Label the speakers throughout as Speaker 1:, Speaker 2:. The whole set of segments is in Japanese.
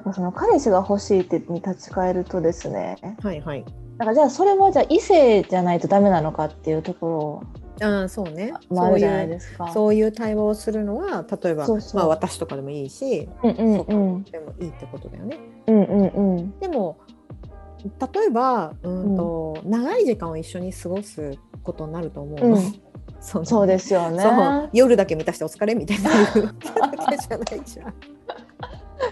Speaker 1: かその彼氏が欲しいってに立ち返るとですね
Speaker 2: はいはい。
Speaker 1: なんかじゃあそれはじゃあ異性じゃないとダメなのかっていうとこ
Speaker 2: ああ、そうね。
Speaker 1: ろもあ
Speaker 2: そう
Speaker 1: る
Speaker 2: い。
Speaker 1: じゃないうですか。う
Speaker 2: そういう対話をするのは、例えば、
Speaker 1: そうそう
Speaker 2: まあ、私とかでもいいし。
Speaker 1: んうん
Speaker 2: そう
Speaker 1: う
Speaker 2: か
Speaker 1: ん
Speaker 2: でもいいってことだよね。
Speaker 1: うんうんうん
Speaker 2: でも例えばうんと、長い時間を一緒に過ごすことになると思うの、
Speaker 1: うん
Speaker 2: そ
Speaker 1: そうですすよね。
Speaker 2: そう夜だけ満たしてお疲れみ たいな言うだけじゃないじゃん、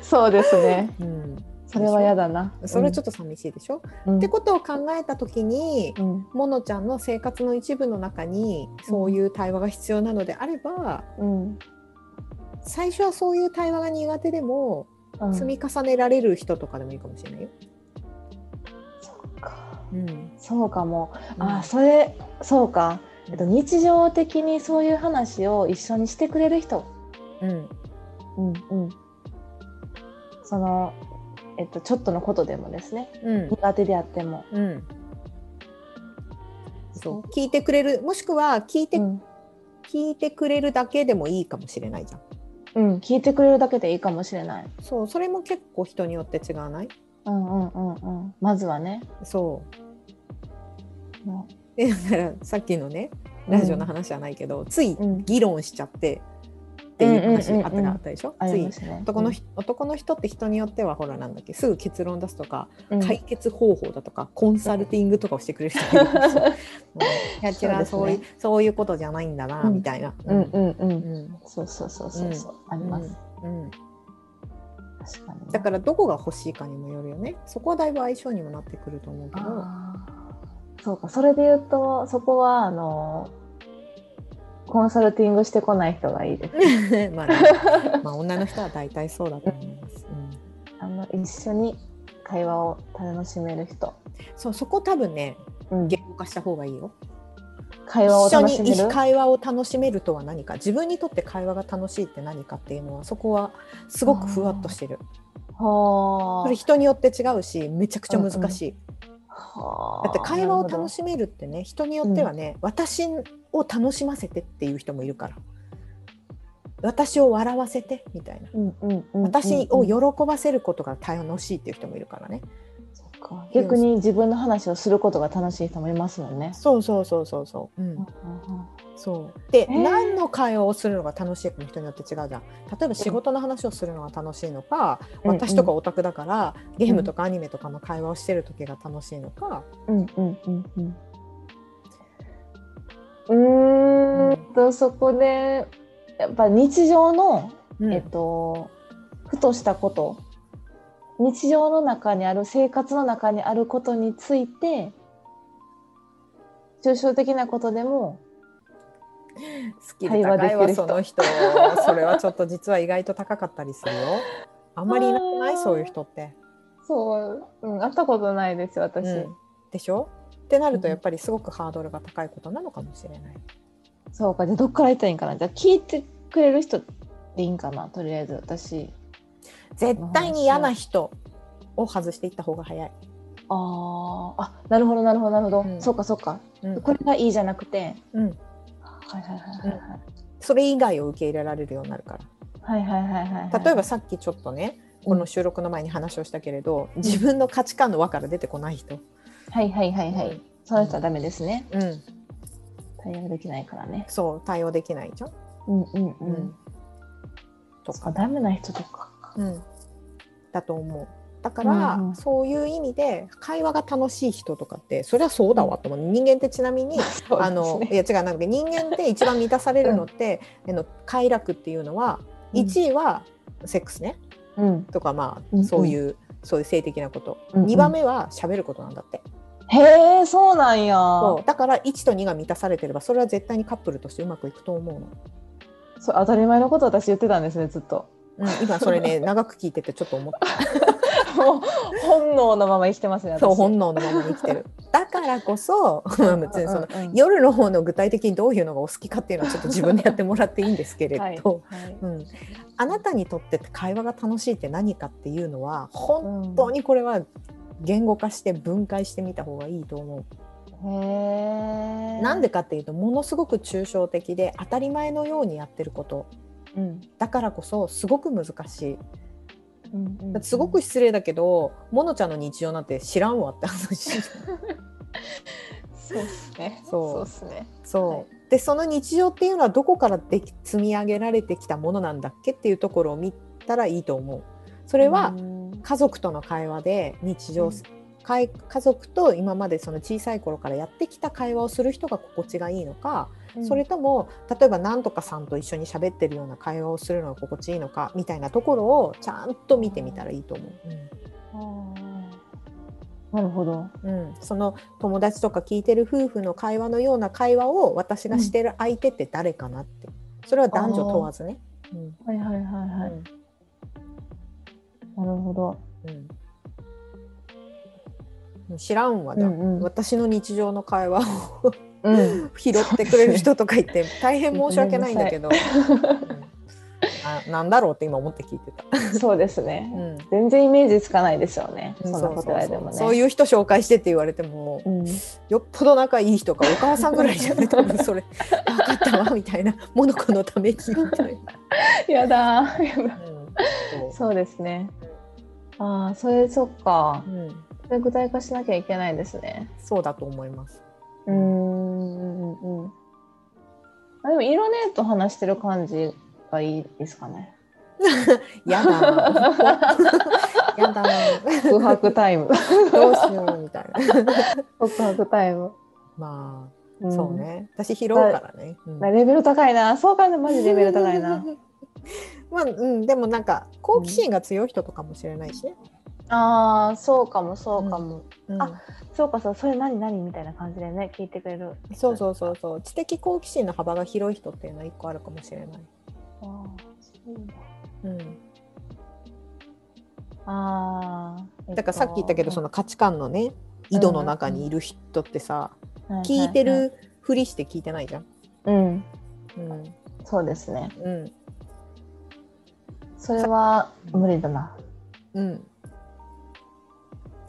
Speaker 1: そうです ね。
Speaker 2: うん、
Speaker 1: それは嫌だな。
Speaker 2: それはち
Speaker 1: っ
Speaker 2: ょっと寂しいでしょ、
Speaker 1: と、うん
Speaker 2: ってことを考えた時に
Speaker 1: うん
Speaker 2: モノちゃんの生活の一部の中にそういう対話が必要なのであれば
Speaker 1: うん
Speaker 2: 最初はそういう対話が苦手でも
Speaker 1: うん
Speaker 2: 積み重ねられる人とかでもいいかもしれないよ。
Speaker 1: そうか
Speaker 2: うん
Speaker 1: そうかも。あーそれそうか。えっと日常的にそういう話を一緒にしてくれる人。
Speaker 2: うん
Speaker 1: うんうん。そのえっとちょっとのことでもですね。
Speaker 2: うん
Speaker 1: 苦手であっても。
Speaker 2: うん、そう聞いてくれるもしくは聞いて、
Speaker 1: うん
Speaker 2: 聞いてくれるだけでもいいかもしれないじゃん
Speaker 1: うん、聞いてくれるだけでいいかもしれない。
Speaker 2: そうそれも結構人によって違わない
Speaker 1: うんうんうんうん。まずはね。
Speaker 2: そう、
Speaker 1: うん
Speaker 2: えだからさっきのねラジオの話じゃないけど、つい
Speaker 1: うん
Speaker 2: 議論しちゃってっていう話
Speaker 1: うんうんうんうん
Speaker 2: あったがあったでしょ、
Speaker 1: ありま
Speaker 2: つ
Speaker 1: す
Speaker 2: い
Speaker 1: ね。
Speaker 2: 男の人男の人って人によってはほらなんだっけすぐ結論出すとか、
Speaker 1: うん
Speaker 2: 解決方法だとかコンサルティングとかをしてくれる人がいるんですよ うんいや違う
Speaker 1: そ
Speaker 2: そうう
Speaker 1: で
Speaker 2: い
Speaker 1: す
Speaker 2: うそういうことじゃないんだな、
Speaker 1: うん
Speaker 2: みたいな。
Speaker 1: うんうんうん。うん
Speaker 2: うん
Speaker 1: そうそうそうそうそう、あります、
Speaker 2: うんうん
Speaker 1: 確かに
Speaker 2: だからどこが欲しいかにもよるよねそこはだいぶ相性にもなってくると思うけど
Speaker 1: あーそうかそれで言うとそこはあのコンサルティングしてこない人がいいです
Speaker 2: まあね、まあ女の人は大体そうだと思います、うん
Speaker 1: あの一緒に会話を楽しめる人、
Speaker 2: そうそこ多分ね
Speaker 1: うん
Speaker 2: 言語化した方がいいよ
Speaker 1: 会話を
Speaker 2: 一緒
Speaker 1: 楽し
Speaker 2: に
Speaker 1: め
Speaker 2: 一
Speaker 1: る
Speaker 2: 会話を楽しめるとは何か自分にとって会話が楽しいって何かっていうのはそこはすごくふわっとしてる
Speaker 1: ほ
Speaker 2: それ人によって違うしめちゃくちゃ難しい、だって会話を楽
Speaker 1: し
Speaker 2: しめるってね人によってはね、私を楽しませてっていう人もいるから私を笑わせてみたいな、
Speaker 1: む、うんうんうんうん、
Speaker 2: 私を喜ばせることが楽しいっていう人もいるからね、
Speaker 1: そっか逆に自分の話をすることが楽しい人もいますもんね、
Speaker 2: そうそうそうそうそう、うん
Speaker 1: うんうん
Speaker 2: そうで、
Speaker 1: えー
Speaker 2: 何の会話をするのが楽しいかも人によって違うじゃん例えば仕事の話をするのが楽しいのか、
Speaker 1: うん
Speaker 2: 私とかオタクだから、ゲームとかアニメとかの会話をしてる時が楽しいのか、
Speaker 1: うんうんうんうん。うーんとそこでやっぱ日常の、
Speaker 2: うん
Speaker 1: えっとふとしたこと日常の中にある生活の中にあることについて抽象的なことでも
Speaker 2: スキル高いわその人それはちょっと実は意外と高かったりするよあんまりいなくな
Speaker 1: あ
Speaker 2: い
Speaker 1: ー
Speaker 2: そういう人って、
Speaker 1: そう、うん、会ったことないですよ私
Speaker 2: うんでしょってなる
Speaker 1: う
Speaker 2: と
Speaker 1: ん
Speaker 2: やっぱりすごくハードルが高いことなのかもしれない、
Speaker 1: そうかじゃあどっから行ったらいいんかなじゃあ聞いてくれる人でいいんかなとりあえず私
Speaker 2: 絶対に嫌な人を外していった方が早い、
Speaker 1: あーあなるほどなるほどなるほど、
Speaker 2: うん
Speaker 1: そうかそうか
Speaker 2: うん
Speaker 1: これがいいじゃなくて、
Speaker 2: うん
Speaker 1: はいはいはい
Speaker 2: それ以外を受け入れられるようになるか
Speaker 1: はいはいはいはいはいは
Speaker 2: ら
Speaker 1: い
Speaker 2: 例えばさっきちょっとねこの収録の前に話をしたけれど、自分の価値観の輪から出てこない人、
Speaker 1: はいはいはいはいその人はダメですね
Speaker 2: うん、
Speaker 1: 対応できないからね
Speaker 2: そう対応できないじゃん、
Speaker 1: うんうんう、
Speaker 2: うんと
Speaker 1: そっか
Speaker 2: か
Speaker 1: ダメな人とか
Speaker 2: うん、だと思うだから、
Speaker 1: うんうん
Speaker 2: そういう意味で会話が楽しい人とかってそりゃそうだわと思う、人間ってちなみにあのいや違うなんか人間って一番満たされるのって、あの快楽っていうのは
Speaker 1: うん
Speaker 2: 1位はセックスね、
Speaker 1: うん
Speaker 2: とかま
Speaker 1: うんう
Speaker 2: あ
Speaker 1: ん
Speaker 2: そういう、そういう性的なこと、
Speaker 1: うんうん
Speaker 2: 2番目は喋ることなんだって
Speaker 1: へえそうなんや
Speaker 2: そ
Speaker 1: そう
Speaker 2: だから1と2が満たされてればそれは絶対にカップルとしてうまくいくと思うの、
Speaker 1: う当たり前のこと私言ってたんですねずっ と
Speaker 2: うん、今それ ね長く聞いててちょっと思った
Speaker 1: もう本能のまま生きてますね私
Speaker 2: そう本能のままに生きてるだからこそ 別にその
Speaker 1: うんうんうん
Speaker 2: 夜の方の具体的にどういうのがお好きかっていうのはちょっと自分でやってもらっていいんですけれど、
Speaker 1: はいはい
Speaker 2: うん、あなたにとって会話が楽しいって何かっていうのは本
Speaker 1: 本
Speaker 2: 当にこれは言語化して分解してみた方がいいと思う。
Speaker 1: へえ
Speaker 2: なんでかっていうとものすごく抽象的で当たり前のようにやってること
Speaker 1: うん
Speaker 2: だからこそすごく難しい。
Speaker 1: うんうん
Speaker 2: だってすごく失礼だけどモノちゃんの日常なんて知らんわって話
Speaker 1: そうですね。
Speaker 2: そ
Speaker 1: そう
Speaker 2: う
Speaker 1: ですね。
Speaker 2: そう、
Speaker 1: はい
Speaker 2: でその日常っていうのはどこからでき積み上げられてきたものなんだっけっていうところを見たらいいと思うそ
Speaker 1: そ
Speaker 2: れは家族との会話で日常、
Speaker 1: うん
Speaker 2: かい家族と今までその小さい頃からやってきた会話をする人が心地がいいのか、それとも例えば何とかさんと一緒に喋ってるような会話をするのが心地いいのかみたいなところをちゃんと見てみたらいいと思う。うん
Speaker 1: なるほど。
Speaker 2: うん、その友達とか聞いてる夫婦の会話のような会話を私がしてる相手って誰かなって、それは男女問わずね。うん
Speaker 1: はいはいはいはい。なるほど。
Speaker 2: うんうん知らんわじゃあ、
Speaker 1: うんうん
Speaker 2: 私の日常の会話を
Speaker 1: うん。
Speaker 2: 拾ってくれる人とかいて大変申し訳ないんだけど、うんななんだろうって今思って聞いてた。
Speaker 1: そうですね。
Speaker 2: う
Speaker 1: 全
Speaker 2: ん
Speaker 1: 然イメージつかないですよね。そんな
Speaker 2: そう
Speaker 1: こ
Speaker 2: そう
Speaker 1: とやで
Speaker 2: そ
Speaker 1: も
Speaker 2: う
Speaker 1: ね。
Speaker 2: そういう人紹介してって言われても
Speaker 1: うん。
Speaker 2: よっぽど仲いい人かお母さんぐらいじゃない多分 それ分かったわみたいなモノコのため息みたいな、
Speaker 1: やだー。やだ
Speaker 2: うんそ
Speaker 1: そうですね。ああ、それそっか
Speaker 2: う。うん、
Speaker 1: それ具体化しなきゃいけないですね。
Speaker 2: そうだと思います
Speaker 1: うーん。うんうん。あでも色ねと話してる感じがいいですか ね。
Speaker 2: やだな やだな
Speaker 1: 空白タイム。
Speaker 2: どうしようみたいな
Speaker 1: 告白タイム。
Speaker 2: まあ、
Speaker 1: ん
Speaker 2: そう。ね私拾うからね、うん
Speaker 1: レベル高いな。そうかね、マジレベル高いな。
Speaker 2: まあうんでもなんか好奇心が強い人とかもしれないしね、
Speaker 1: ああ、そうかも、そうかも。
Speaker 2: うん
Speaker 1: あそうか、そう、それ何何みたいな感じでね、聞いてくれる。
Speaker 2: そうそうそうそう知的好奇心の幅が広い人っていうのは一個あるかもしれない、
Speaker 1: あーそうだ
Speaker 2: うん、
Speaker 1: あー。
Speaker 2: だからさっき言ったけどそ
Speaker 1: の
Speaker 2: の価値観のね井戸の中にいる人ってさ、聞いて。
Speaker 1: ははは
Speaker 2: るふりして聞いてないじゃん。
Speaker 1: うん。
Speaker 2: うん
Speaker 1: そうですね。
Speaker 2: うん
Speaker 1: それは無理だな。
Speaker 2: うん、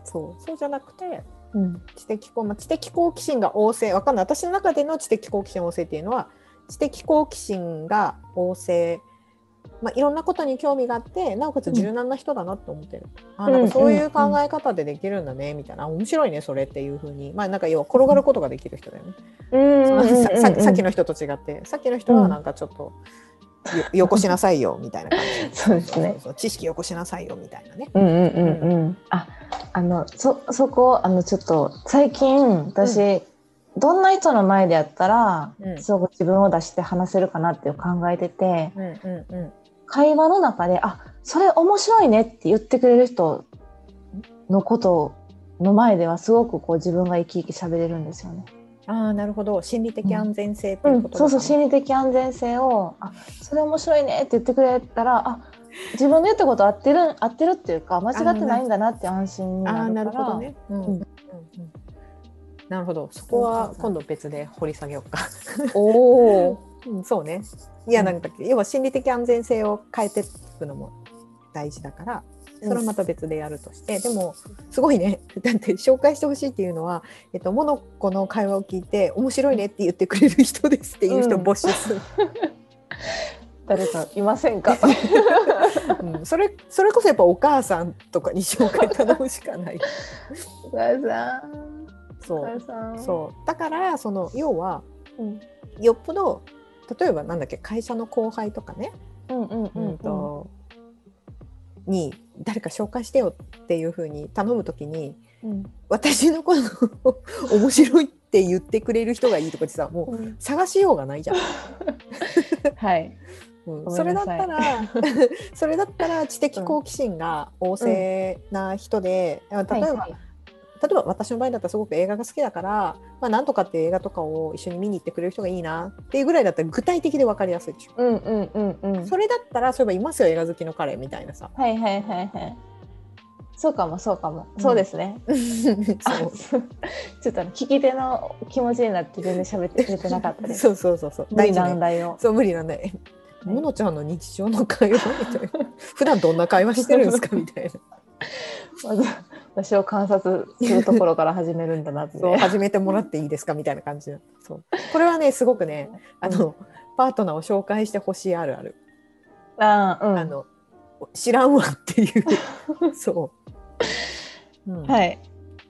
Speaker 2: そうそうじゃなくて
Speaker 1: うん。
Speaker 2: 知的好、まあ、知的好奇心が旺盛わかんない私の中での知的好奇心旺盛っていうのは知的好奇心が旺盛、まあ、いろんなことに興味があってなおかつ柔軟な人だなって思ってる、あなんかそういう考え方でできるんだねみたいな、あ面白いねそれっていうふうにまあなんか要は転がることができる人だよね。
Speaker 1: うん
Speaker 2: そのさささっき
Speaker 1: の。
Speaker 2: の人と違ってさっきの人はなんかちょっと、よよこしなさいよみたいな感じ
Speaker 1: そうですね
Speaker 2: そうそう知識よこしなさいよみたいなね
Speaker 1: うんうんうんうん。あ、あの、そ、そこ、あの、ちょっと、最近、私、どんな人の前でやったら、
Speaker 2: うん
Speaker 1: すごく自分を出して話せるかなっていう考えてて、
Speaker 2: うんうんうん
Speaker 1: 会話の中で、あ、それ面白いねって言ってくれる人のことの前では、すごくこう自分が生き生き喋れるんですよね。
Speaker 2: ああなるほど心理的安全性って
Speaker 1: う
Speaker 2: いうこ
Speaker 1: ん、
Speaker 2: と
Speaker 1: そうそう、
Speaker 2: ですか
Speaker 1: 心理的安全性を、あ、それ面白いねって言ってくれたら、あ、自分の言ったこと合ってる、合ってるっていうか、間違ってないんだなって安心になるか
Speaker 2: あ
Speaker 1: ら。
Speaker 2: あなるほどね、うん
Speaker 1: うん
Speaker 2: うんうん、なるほどそこは今度別で掘り下げようか
Speaker 1: おお。
Speaker 2: うんそうねいや
Speaker 1: うん
Speaker 2: なんか要は心理的安全性を変えていくのも大事だからそれはまた別でやるとして、でもすごいね だって紹介してほしいっていうのは、えっと、モノコの会話を聞いて面白いねって言ってくれる人ですっていう人を募集する、
Speaker 1: 誰かいませんか。
Speaker 2: うんそれそれこそやっぱお母さんとかに紹介頼むしかない
Speaker 1: お母さん。
Speaker 2: そ
Speaker 1: お母
Speaker 2: う
Speaker 1: さん。
Speaker 2: そうだからその要は
Speaker 1: う。うん。
Speaker 2: よっぽど例えばなんだっけ会社の後輩とかね、
Speaker 1: うんうんう
Speaker 2: うんん。とに誰か紹介してよっていうふうに頼むときに
Speaker 1: うん。
Speaker 2: 私の ことを面白いって言ってくれる人がいいとかってさも
Speaker 1: う
Speaker 2: う
Speaker 1: ん
Speaker 2: 探しようがないじゃん。
Speaker 1: はい。
Speaker 2: うん
Speaker 1: ごめ
Speaker 2: それ
Speaker 1: ん
Speaker 2: だ
Speaker 1: な
Speaker 2: っ
Speaker 1: さい
Speaker 2: たら それだったら知的好奇心が旺盛な人で、例えば、
Speaker 1: はいはい
Speaker 2: 例えば私の場合だったらすごく映画が好きだから、まあ、なんとかっていう映画とかを一緒に見に行ってくれる人がいいなっていうぐらいだったら具体的で分かりやすいでしょ。
Speaker 1: うんうんうんうん。
Speaker 2: それだったらそういえばいますよ映画好きの彼みたい なさ
Speaker 1: はいはいはいはい。そうかもそうかも。
Speaker 2: うん
Speaker 1: そうですね。あ
Speaker 2: そう
Speaker 1: そうちょっとあの聞き手の気持ちになって全然喋ってくれてなかったです。
Speaker 2: そうそうそうそう
Speaker 1: 無理
Speaker 2: ね
Speaker 1: 難題を。
Speaker 2: そう無理なんだよ。
Speaker 1: い
Speaker 2: ものちゃんの日常の会話みたいな 普段どんな会話してるんで すかみたいな
Speaker 1: まず 私を観察するところから始めるんだなって。
Speaker 2: そう始めてもらっていいですかみたいな感じのそうこれはねすごくねあの、パートナーを紹介してほしいあるある、
Speaker 1: あーうん。
Speaker 2: あの知らんわって いうそう、うん
Speaker 1: はい。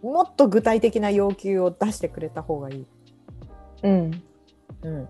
Speaker 2: もっと具体的な要求を出してくれた方がいい、
Speaker 1: うん。
Speaker 2: うん、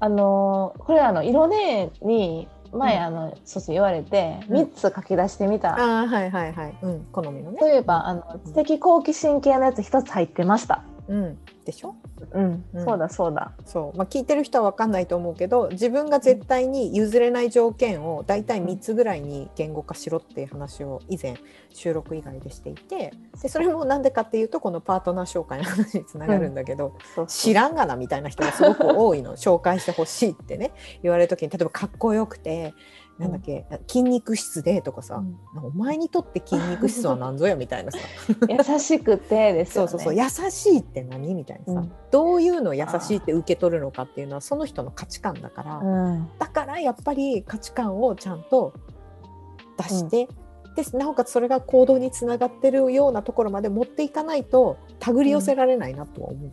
Speaker 1: あのーこれあの色ねに前、
Speaker 2: うん
Speaker 1: あのそうそう言われて
Speaker 2: うん
Speaker 1: 3つ書き出してみた。
Speaker 2: ああはいはいはい、うん、好みのね、
Speaker 1: そういえばあの知的好奇心系のやつ一つ入ってました。
Speaker 2: うん、でしょ
Speaker 1: うん、
Speaker 2: うん
Speaker 1: そうだそうだ。
Speaker 2: そう、まあ、聞いてる人は分かんないと思うけど自分が絶対に譲れない条件を大体3つぐらいに言語化しろっていう話を以前収録以外でしていてでそれもなんでかっていうとこのパートナー紹介の話につながるんだけど、
Speaker 1: そうそう
Speaker 2: 知らんがなみたいな人がすごく多いの紹介してほしいってね言われる時に例えばかっこよくてなんだっけ、筋肉質でとかさ、
Speaker 1: うん
Speaker 2: お前にとって筋肉質は何ぞやみたいな さ
Speaker 1: 優しくてです
Speaker 2: そ
Speaker 1: よ
Speaker 2: う
Speaker 1: ね。
Speaker 2: そうそう優しいって何みたいなさ、
Speaker 1: うん
Speaker 2: どういうのを優しいって受け取るのかっていうのはその人の価値観だから、
Speaker 1: うん
Speaker 2: だからやっぱり価値観をちゃんと出して、でなおかつそれが行動につながってるようなところまで持っていかないと手繰り寄せられないなとは思う。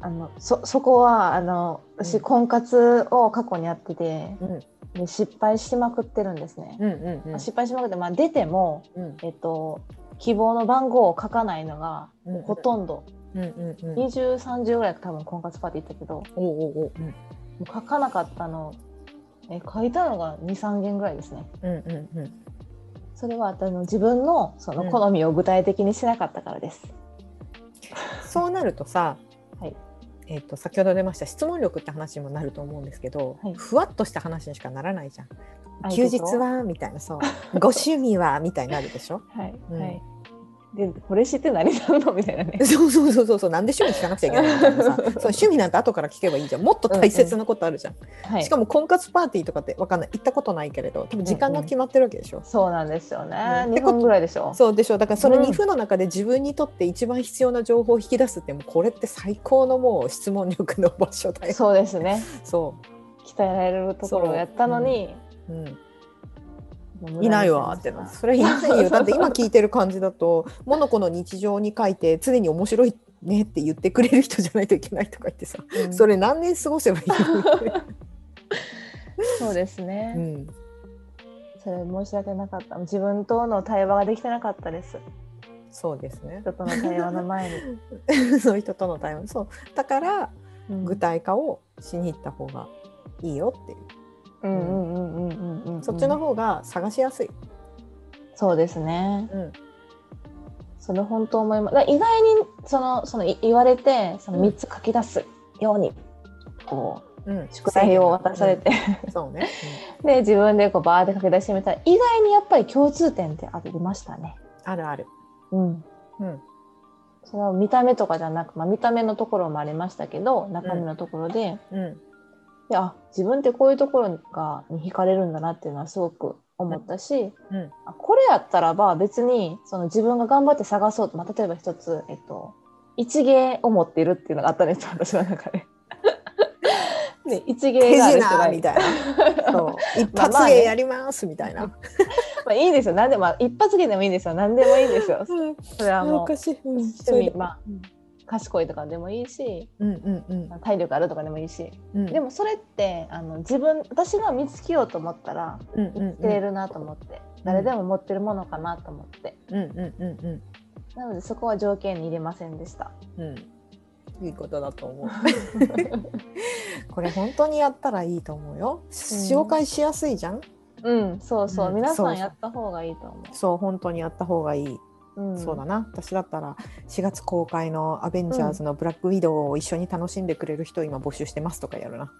Speaker 1: あのそそこはあの
Speaker 2: う
Speaker 1: 私
Speaker 2: ん
Speaker 1: 婚活を過去にやってて、
Speaker 2: うん
Speaker 1: で失敗しまくってるんですね。
Speaker 2: うんうんうん
Speaker 1: 失敗しまくって、まあ、出ても、
Speaker 2: うん
Speaker 1: えっと、希望の番号を書かないのが
Speaker 2: うん
Speaker 1: ほとんど、
Speaker 2: うんうんうん
Speaker 1: 2030ぐらい多分婚活パーティー行ったけども
Speaker 2: おうおうおううん
Speaker 1: う書かなかったのえ書いたのが23件ぐらいですね。
Speaker 2: うんうんうん
Speaker 1: それはあの自分のその
Speaker 2: うん
Speaker 1: 好みを具体的にしてなかったからです。
Speaker 2: そうなるとさ、
Speaker 1: はい
Speaker 2: えー、と先ほど出ました質問力って話にもなると思うんですけど、
Speaker 1: はい
Speaker 2: ふわっとした話にしかならないじゃん。
Speaker 1: あ
Speaker 2: 休日はみたいなそうご趣味はみたいになるでしょ
Speaker 1: はい、
Speaker 2: うん
Speaker 1: はいでこれ知って何なのみたいなね。
Speaker 2: そうそうそうそうそうなんで趣味聞かなくちゃいけないみた いなさそう趣味なんて後から聞けばいいじゃんもっと大切なことあるじゃん、
Speaker 1: はい、
Speaker 2: しかも婚活パーティーとかってわかんない行ったことないけれど多分時間が決まってるわけでしょ、
Speaker 1: そうなんですよね。
Speaker 2: うん
Speaker 1: 日本ぐらいでしょ。
Speaker 2: そうでしょだからその
Speaker 1: うん
Speaker 2: 2分の中で自分にとって一番必要な情報を引き出すってもうこれって最高のもう質問力の場所だよ。
Speaker 1: そうですね。
Speaker 2: そ
Speaker 1: 鍛えられるところをやったのに、
Speaker 2: う、う
Speaker 1: も
Speaker 2: ん、
Speaker 1: う無駄に
Speaker 2: いないわってなってそれいません よだって今聞いてる感じだと「モノコの日常に書いて常に面白いね」って言ってくれる人じゃないといけないとか言ってさ
Speaker 1: うん
Speaker 2: それ何年過ごせばいい の、
Speaker 1: そうですね、
Speaker 2: うん、
Speaker 1: それ申し訳なかった自分との対話ができてなかったです
Speaker 2: そうですね
Speaker 1: 人との対話の前に、
Speaker 2: そういう人との対話そうだから
Speaker 1: うん、
Speaker 2: 具体化をしに行った方がいいよっていう、
Speaker 1: うんうんうんうんうんうん、
Speaker 2: そっちの方が探しやすい。
Speaker 1: そうですね
Speaker 2: うん
Speaker 1: それ本当思いますだから意外にそのそのい言われてその3つ書き出すようにこ
Speaker 2: うん
Speaker 1: う宿題を渡され、て、
Speaker 2: うんそうね、
Speaker 1: で自分でこうバーって書き出してみたら意外にやっぱり共通点ってありましたね
Speaker 2: うんあるある
Speaker 1: うん
Speaker 2: うん
Speaker 1: それは見た目とかじゃなく、まあ、見た目のところもありましたけど中身のところで,、
Speaker 2: うん
Speaker 1: であ自分ってこういうところがに惹かれるんだなっていうのはすごく思ったし、
Speaker 2: うんうん
Speaker 1: あこれやったらば別にその自分が頑張って探そうと、まあ、例えば一つ、えっと、一芸を持っているっていうのがあったんです よ私の中 で。で一
Speaker 2: 手
Speaker 1: 芸がある人
Speaker 2: 品
Speaker 1: が
Speaker 2: み
Speaker 1: いて
Speaker 2: たい なそう一
Speaker 1: まあ
Speaker 2: 発
Speaker 1: まあね
Speaker 2: 芸やりますみたいな、
Speaker 1: まあいいですよ何でもまあ一発芸でもいいですよ何でもいいです よ
Speaker 2: うん、
Speaker 1: それはもう
Speaker 2: しい、うん、
Speaker 1: 趣味まあ賢いとかでもいいし
Speaker 2: うんうんうん
Speaker 1: 体力あるとかでもいいし
Speaker 2: うん
Speaker 1: でもそれってあの自分私が見つけようと思ったら
Speaker 2: うんう
Speaker 1: 見
Speaker 2: ん
Speaker 1: つけれるなと思って、誰でも持ってるものかなと思って
Speaker 2: うんうんうんう
Speaker 1: なのでそこは条件に入れませんで した。
Speaker 2: んうんいいことだと思う これ本当にやったらいいと思うよ紹介しやすいじゃん、
Speaker 1: うん、そうそう、
Speaker 2: うん
Speaker 1: 皆
Speaker 2: そう
Speaker 1: さ
Speaker 2: そうん
Speaker 1: やった方がいいと思
Speaker 2: そう本当にやった方がいい、
Speaker 1: う。うん、
Speaker 2: そうだな私だったら4月公開の「アベンジャーズ」の「ブラックウィドウ」を一緒に楽しんでくれる人を今募集してますとかやるな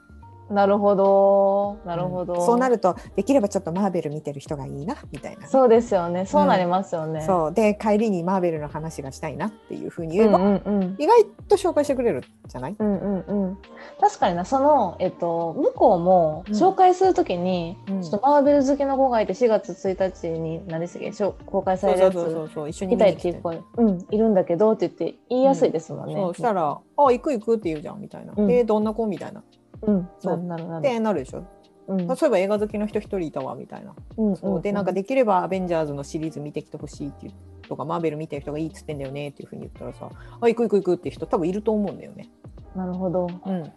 Speaker 1: なるほど、なるほど。
Speaker 2: うんそうなるとできればちょっとマーベル見てる人がいいなみたいなね、
Speaker 1: そうですよね、そうなりますよね。
Speaker 2: そうで帰りにマーベルの話がしたいなっていうふうに
Speaker 1: う
Speaker 2: 言え
Speaker 1: んう
Speaker 2: ば、
Speaker 1: んうん。
Speaker 2: 意外と紹介してくれるじゃない、
Speaker 1: うんうんうん、確かになその、えっと、向こうも
Speaker 2: うん
Speaker 1: 紹介するときに、
Speaker 2: うん
Speaker 1: ちょっとマーベル好きの子がいて4月1日に何でしたっけしょ公開さ
Speaker 2: そ
Speaker 1: れ
Speaker 2: う
Speaker 1: る
Speaker 2: そ
Speaker 1: や
Speaker 2: うそうそ
Speaker 1: つ
Speaker 2: うそう一緒
Speaker 1: 見
Speaker 2: に見
Speaker 1: たい
Speaker 2: に
Speaker 1: っ
Speaker 2: 来
Speaker 1: て
Speaker 2: て
Speaker 1: いう子、うん、いるんだけどって言って言いやすいですもんね。
Speaker 2: そうしたら「あ行く行く」って言うじゃんみたいな「
Speaker 1: うん
Speaker 2: えーどんな子?」みたいなっ
Speaker 1: うん、
Speaker 2: そう
Speaker 1: なるなるなる
Speaker 2: てなるでしょ、
Speaker 1: うん
Speaker 2: あそういえば映画好きの人一人いたわみたいな、
Speaker 1: うん
Speaker 2: そうでなんかできれば「アベンジャーズ」のシリーズ見てきてほしいっていうとか「マーベル見てる人がいいっつってんだよね」っていうふうに言ったらさ「あ行く行く行く」って人多分いると思うんだよね。
Speaker 1: なるほど
Speaker 2: うん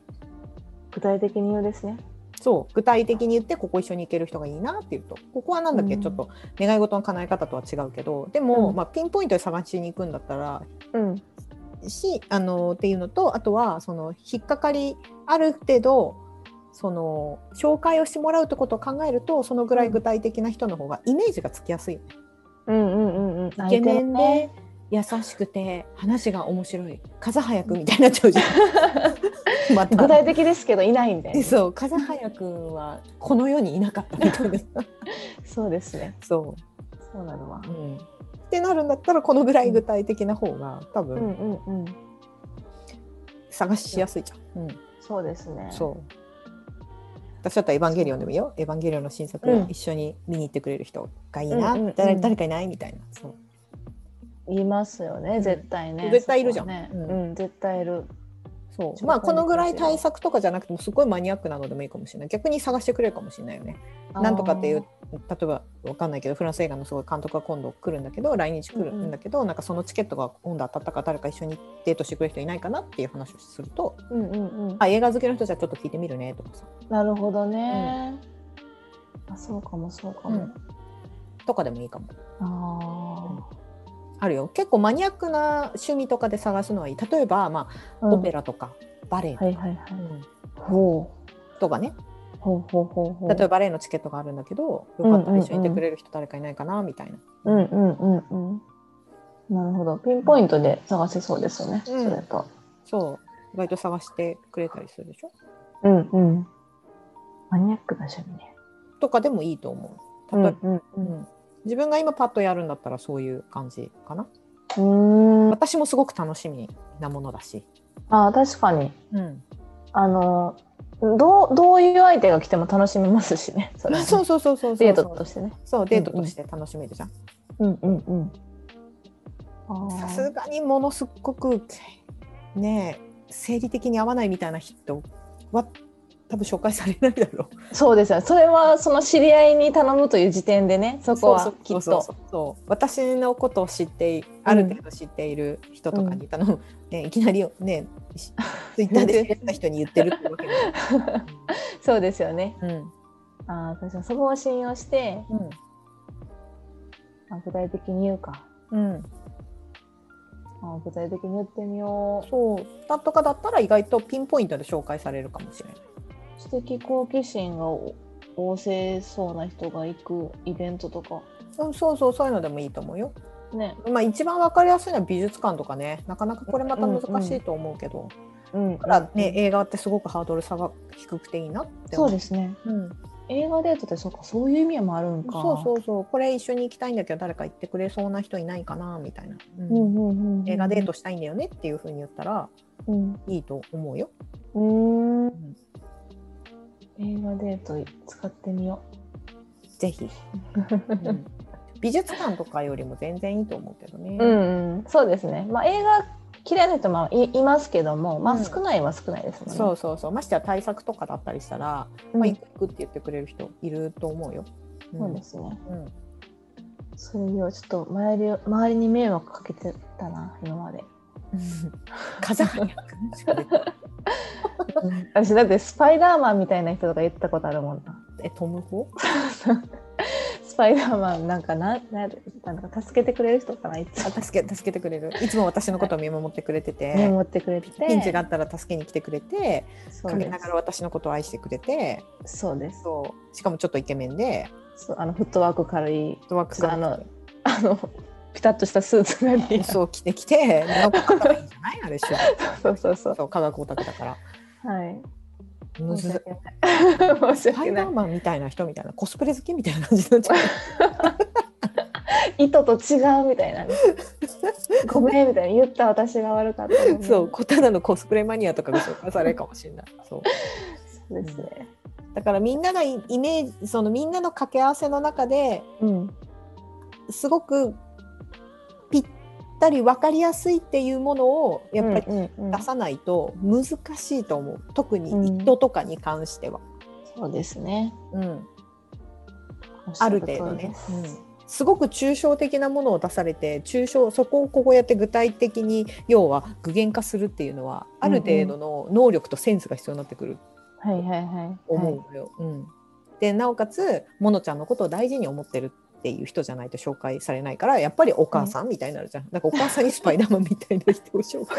Speaker 1: 具体的に言うですね
Speaker 2: そう具体的に言ってここ一緒に行ける人がいいなっていうとここはなんだっけ、
Speaker 1: うん
Speaker 2: ちょっと願い事の叶え方とは違うけどでも、
Speaker 1: うん
Speaker 2: まあ、ピンポイントで探しに行くんだったら
Speaker 1: うん
Speaker 2: しあのっていうのとあとはその引っかかりある程度その紹介をしてもらうってことを考えるとそのぐらい具体的な人の方がイメージがつきやすい。
Speaker 1: うんうんうんうんイ
Speaker 2: イケメンで優しくて話が面白い風早くんみたいになっちゃう じゃん。また
Speaker 1: 具体的ですけどいないんで
Speaker 2: そう風早くんはこの世にいなかったみたいな
Speaker 1: そうですね
Speaker 2: そ
Speaker 1: そうなのは
Speaker 2: う、うん、ってなるんだったらこのぐらい具体的な方が多
Speaker 1: う
Speaker 2: 分
Speaker 1: んうんうん
Speaker 2: 探しやすいじゃん、うん
Speaker 1: そうですね
Speaker 2: そう私だったら「エヴァンゲリオン」でもいいよ「エヴァンゲリオン」の新作
Speaker 1: うん
Speaker 2: を一緒に見に行ってくれる人がいいな、
Speaker 1: うんうんうん
Speaker 2: 誰誰かいないみたいなそう
Speaker 1: いますよね絶対ね、
Speaker 2: うん絶対いるじゃん
Speaker 1: そこはね
Speaker 2: う
Speaker 1: うんん、絶対いる
Speaker 2: そう
Speaker 1: そう
Speaker 2: まあこのぐらい対策とかじゃなくてもすごいマニアックなのでもいいかもしれない逆に探してくれるかもしれないよねなんとかっていう例えばわかんないけどフランス映画のすごい監督が今度来るんだけど来日来るんだけど、なんかそのチケットが今度当たったから誰か一緒にデートしてくれる人いないかなっていう話をすると
Speaker 1: あーうんうんうん
Speaker 2: あ映画好きの人じゃちょっと聞いてみるねとかさ
Speaker 1: なるほどね、あそうかもそうかも、
Speaker 2: とかでもいいかも
Speaker 1: あ
Speaker 2: あるよ結構マニアックな趣味とかで探すのはいい例えば、ま
Speaker 1: あ、
Speaker 2: あ
Speaker 1: うん
Speaker 2: オペラとかバレエとか,
Speaker 1: はいはいはい
Speaker 2: うん、
Speaker 1: ほ
Speaker 2: とかね
Speaker 1: うほうほうほうほう
Speaker 2: 例えばバレエのチケットがあるんだけどよかったら一緒にいてくれる人誰かいないかなみたいな。
Speaker 1: うんうんうんうんなるほどピンポイントで探せそうですよね、
Speaker 2: うん
Speaker 1: それと
Speaker 2: そう意外と探してくれたりするでしょ
Speaker 1: うんうんマニアックな趣味ね
Speaker 2: とかでもいいと思う。例えば
Speaker 1: うんう
Speaker 2: うん、自分が今パッとやるんだったらそういう感じかな。
Speaker 1: んうーん
Speaker 2: 私もすごく楽しみなものだし。
Speaker 1: あー確かに
Speaker 2: うん、
Speaker 1: あのどうどういう相手が来ても楽しめますし ねそれはね
Speaker 2: そうそうそうそうそう。
Speaker 1: デートとしてね
Speaker 2: そうデートとして楽しめるじゃん。
Speaker 1: うんうんうんあー
Speaker 2: さすがにものすっごくねえ生理的に合わないみたいな人は多分紹介されないだろう。
Speaker 1: そうですよねそれはその知り合いに頼むという時点でねそこはきっ
Speaker 2: そう
Speaker 1: と
Speaker 2: そうそう私のことを知っていある程度知っている人とかに頼む、ね、いきなり ねしツイッターで知り合った人に言ってるってわけじ
Speaker 1: そうですよね
Speaker 2: ゃない。うん
Speaker 1: ああ確かにそこを信用して
Speaker 2: うん
Speaker 1: あ具体的に言うか
Speaker 2: うん、
Speaker 1: あ具体的に言ってみよ
Speaker 2: そうだとかだったら意外とピンポイントで紹介されるかもしれない。
Speaker 1: う知的好奇心がお旺盛そうな人が行くイベントとか
Speaker 2: うん、そうそうそういうのでもいいと思うよ。
Speaker 1: ね
Speaker 2: まあ一番わかりやすいのは美術館とかねなかなかこれまた難しいと思うけど、
Speaker 1: うん
Speaker 2: だからね、映画ってすごくハードル差が低くていいなって
Speaker 1: そ
Speaker 2: 思
Speaker 1: うですね
Speaker 2: うん
Speaker 1: 映画デートってそうかそういう意味もあるんか
Speaker 2: そうそうそうこれ一緒に行きたいんだけど誰か行ってくれそうな人いないかなみたいな、うん
Speaker 1: うんうんうんうん
Speaker 2: 映画デートしたいんだよねっていうふうに言ったら
Speaker 1: うん
Speaker 2: いいと思うよ。
Speaker 1: うーん
Speaker 2: ん
Speaker 1: 映画デート使ってみよ
Speaker 2: ぜひ、うん美術館とかよりも全然いいと思うけどね。
Speaker 1: う、うんうん、そうですね、まあ、映画嫌いな人もいいますけども、ま
Speaker 2: う
Speaker 1: あ、
Speaker 2: ん
Speaker 1: 少ないは少ないですもんね、
Speaker 2: そうそうそうましてや対策とかだったりしたら、
Speaker 1: うん
Speaker 2: まあ、行く行くって言ってくれる人いると思うよ。うん
Speaker 1: そうですね
Speaker 2: うん
Speaker 1: それよりちょっと周りを周りに迷惑かけてたな今まで
Speaker 2: 風早くし か出てない
Speaker 1: 私だってスパイダーマンみたいな人とか言ったことあるもんな
Speaker 2: えトム・ホ
Speaker 1: スパイダーマンなんかなななんか助けてくれる人かないつ
Speaker 2: あ
Speaker 1: も
Speaker 2: 助け助けてくれるいつも私のことを見守ってくれてて、
Speaker 1: 見守ってくれて
Speaker 2: ピンチがあったら助けに来てくれて
Speaker 1: そう
Speaker 2: 陰
Speaker 1: で
Speaker 2: ながら私のことを愛してくれて
Speaker 1: すそうです
Speaker 2: そうしかもちょっとイケメンで
Speaker 1: そうあのフットワーク軽い
Speaker 2: ドワックスが
Speaker 1: あのあのピタッとしたスーツが似合う
Speaker 2: そう着てきてなんか買ったらいいんじゃないあれ一緒に
Speaker 1: そうそうそう
Speaker 2: そう科学オタクだから
Speaker 1: はい
Speaker 2: むずス
Speaker 1: 訳ない申し
Speaker 2: パ
Speaker 1: 訳
Speaker 2: イ
Speaker 1: な
Speaker 2: ダーマンみたいな人みたいなコスプレ好きみたいな感じになっちゃう
Speaker 1: い糸と違うみたいなねごめんみたいな言った私が悪かったごめん
Speaker 2: そうこただのコスプレマニアとかが紹介されるかもしれ ない。そう
Speaker 1: そうですね
Speaker 2: だからみんながイイメージそのみんなの掛け合わせの中で
Speaker 1: うん
Speaker 2: すごくぴったり分かりやすいっていうものをやっぱり
Speaker 1: うんうんうん
Speaker 2: 出さないと難しいと思う。特
Speaker 1: うん
Speaker 2: に人とかに関しては。
Speaker 1: そうですね
Speaker 2: うん、
Speaker 1: おっし
Speaker 2: あ
Speaker 1: ゃ
Speaker 2: る
Speaker 1: 通
Speaker 2: 程
Speaker 1: り
Speaker 2: 度ね
Speaker 1: で。す
Speaker 2: うんすごく抽象的なものを出されて抽象そこをこうやって具体的に要は具現化するっていうのはある程度の能力とセンスが必要になってくる
Speaker 1: はいはいはい。
Speaker 2: 思うのよ。うん、でなおかつモノちゃんのことを大事に思ってるっていう人じゃないと紹介されないからやっぱりお母さんみたいになるじゃん。だからお母さんにスパイダーマンみたいな人を紹介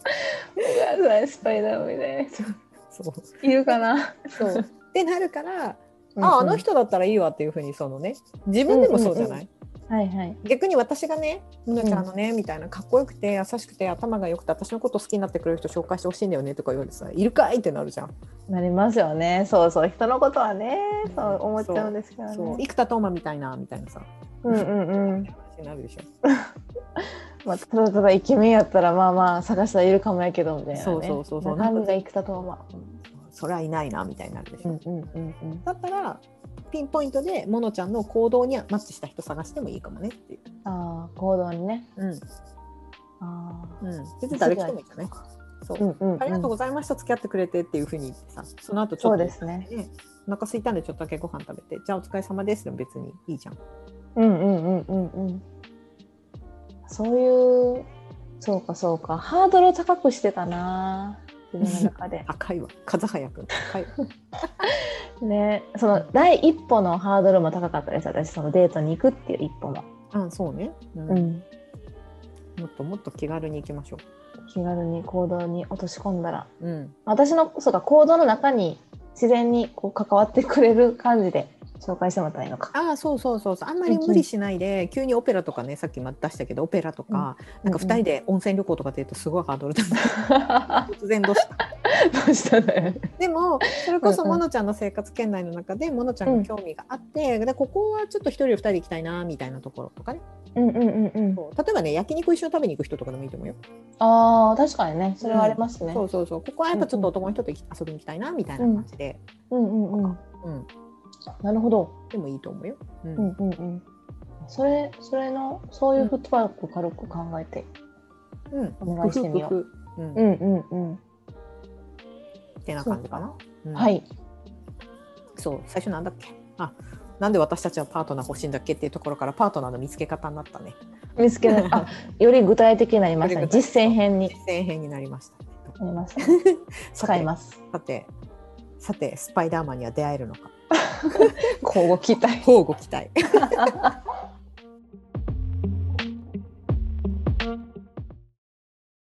Speaker 1: お母さんスパイダーマンみたいな人
Speaker 2: そう
Speaker 1: いるかな。
Speaker 2: そうってなるから。
Speaker 1: うんうん
Speaker 2: ああの人だったらいいわっていうふうにそのね自分でもそうじゃない、
Speaker 1: はいはい。
Speaker 2: 逆に私がね「モノちゃんのね」みたいなかっこよくて優しくて頭が良くて私のこと好きになってくれる人紹介してほしいんだよねとか言われてさ「いるかい!」ってなるじゃん。
Speaker 1: なりますよね。そうそう人のことはね、そう思っちゃうんですけど
Speaker 2: そう
Speaker 1: ね。
Speaker 2: 生田斗真みたいなみたいなさ
Speaker 1: うんうんうん。
Speaker 2: 話になるでしょ。
Speaker 1: まあ、ただただイケメンやったらまあまあ探したらいるかもやけどみたいな、ね、
Speaker 2: そうそうそうそう
Speaker 1: 中身が生田斗真
Speaker 2: それはいないなみたいになるでしょ、
Speaker 1: うんうんうんうん
Speaker 2: だったらピンポイントでモノちゃんの行動にマッチした人探してもいいかもねっていう、
Speaker 1: ああ行動にね
Speaker 2: うん
Speaker 1: ああ
Speaker 2: うん、別に誰来てもいいじゃないそう、
Speaker 1: うんうん、うん、
Speaker 2: ありがとうございました付き合ってくれてっていうふうに言ってさその後ち
Speaker 1: そ
Speaker 2: ょ
Speaker 1: う
Speaker 2: っと
Speaker 1: ですね
Speaker 2: ねお腹空いたんでちょっとだけご飯食べてじゃあお疲れ様ですでも別にいいじゃん
Speaker 1: うんうんうんうんうんそういうそうかそうかハードルを高くしてたな自分の中で
Speaker 2: 赤いわ風早 くん赤いわ
Speaker 1: ねその第一歩のハードルも高かったです私そのデートに行くっていう一歩も、
Speaker 2: あそうね、うん
Speaker 1: うん、
Speaker 2: もっともっと気軽に行きましょ
Speaker 1: 気軽に行動に落とし込んだら
Speaker 2: ううん
Speaker 1: 私のそうか行動の中に自然にこう関わってくれる感じで紹介してもらったらいいの か。
Speaker 2: ああそうそうそうそうあんまり無理しないで、急にオペラとかねさっきま出したけどオペラとか、
Speaker 1: うん
Speaker 2: なんか2人で温泉旅行とかって言うとすごいハードルだ な突然どうした
Speaker 1: どうしたね。
Speaker 2: でもそれこそ
Speaker 1: うんうん
Speaker 2: モノちゃんの生活圏内の中でモノちゃんが興味があって、でここはちょっと1人2人行きたいなみたいなところとかね
Speaker 1: うんうんうんうん。
Speaker 2: こう例えばね焼肉一緒に食べに行く人とかでもいいと思うよ、
Speaker 1: ああ確かにねそれはありますね。
Speaker 2: そうそうそうここはやっぱちょっと男の人と行き遊びに行きたいなみたいな感じで、
Speaker 1: うんうんうん。
Speaker 2: うん
Speaker 1: なるほど。
Speaker 2: でもいいと思うよ、う
Speaker 1: う
Speaker 2: ん
Speaker 1: んうんうん。それそれのそういうフットワークを軽く考えて。
Speaker 2: うん
Speaker 1: お願いしてみよう
Speaker 2: 工夫工夫う
Speaker 1: ん
Speaker 2: ん
Speaker 1: うんうん。
Speaker 2: ってな感じかな、うん
Speaker 1: はい。
Speaker 2: そう最初なんだっけあなんで私たちはパートナー欲しいんだっけっていうところからパートナーの見つけ方になったね。
Speaker 1: 見つけない。 あより具体的になりましたね
Speaker 2: より具体。的
Speaker 1: 実践編に
Speaker 2: 実践編になりました。
Speaker 1: なりま した。使
Speaker 2: 使
Speaker 1: い
Speaker 2: いま
Speaker 1: ます。
Speaker 2: さてさてさてスパイダーマンには出会えるのか
Speaker 1: 交互期待。
Speaker 2: 交互期待。